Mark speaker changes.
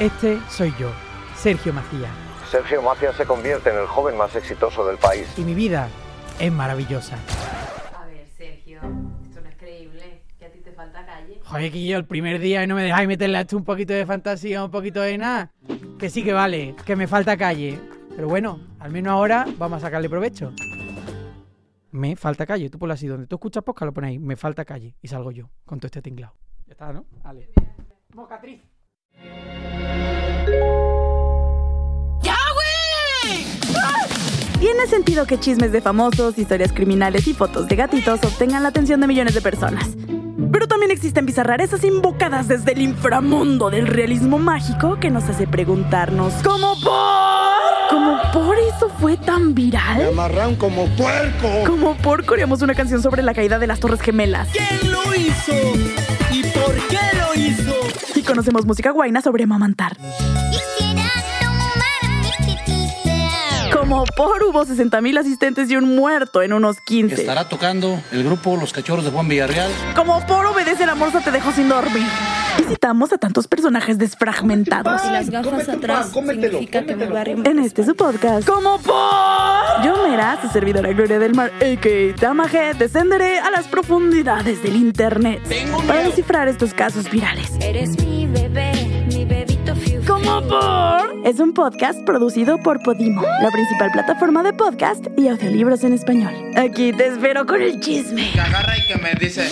Speaker 1: Este soy yo, Sergio Macías.
Speaker 2: Sergio Macías se convierte en el joven más exitoso del país.
Speaker 1: Y mi vida es maravillosa.
Speaker 3: A ver, Sergio, esto no es creíble. Que a ti te falta calle.
Speaker 1: Joder, que yo el primer día y no me dejáis meterle a esto un poquito de fantasía, un poquito de nada. Que sí que vale, que me falta calle. Pero bueno, al menos ahora vamos a sacarle provecho. Me falta calle. Tú ponlo así, donde tú escuchas posca lo pones ahí. Me falta calle. Y salgo yo con todo este tinglado. Ya está, ¿no? Ale. Mocatriz.
Speaker 4: Tiene sentido que chismes de famosos, historias criminales y fotos de gatitos obtengan la atención de millones de personas. Pero también existen bizarrarezas invocadas desde el inframundo del realismo mágico que nos hace preguntarnos ¿Cómo por? ¿Cómo por eso fue tan viral?
Speaker 5: amarran como puerco.
Speaker 4: ¿Cómo por coreamos una canción sobre la caída de las Torres Gemelas?
Speaker 5: ¿Quién lo hizo? ¿Y por qué lo hizo?
Speaker 4: Y conocemos música guaina sobre amamantar.
Speaker 6: Quisiera tomar mi tetita.
Speaker 4: Como por hubo 60.000 asistentes y un muerto en unos 15.
Speaker 7: Estará tocando el grupo Los Cachorros de Juan Villarreal.
Speaker 4: Como por obedece la morsa te dejó sin dormir. Y citamos a tantos personajes desfragmentados.
Speaker 8: Y las gafas atrás significa que me va a arrimar.
Speaker 4: En este su podcast. Como por. Yo Mera, su servidora Gloria del Mar, a.k.a. Tamaje, descenderé a las profundidades del internet para descifrar estos casos virales.
Speaker 8: Eres mi bebé, mi bebito fiu.
Speaker 4: Como por. Es un podcast producido por Podimo, la principal plataforma de podcast y audiolibros en español. Aquí te espero con el chisme.
Speaker 7: Agarra y que me dice.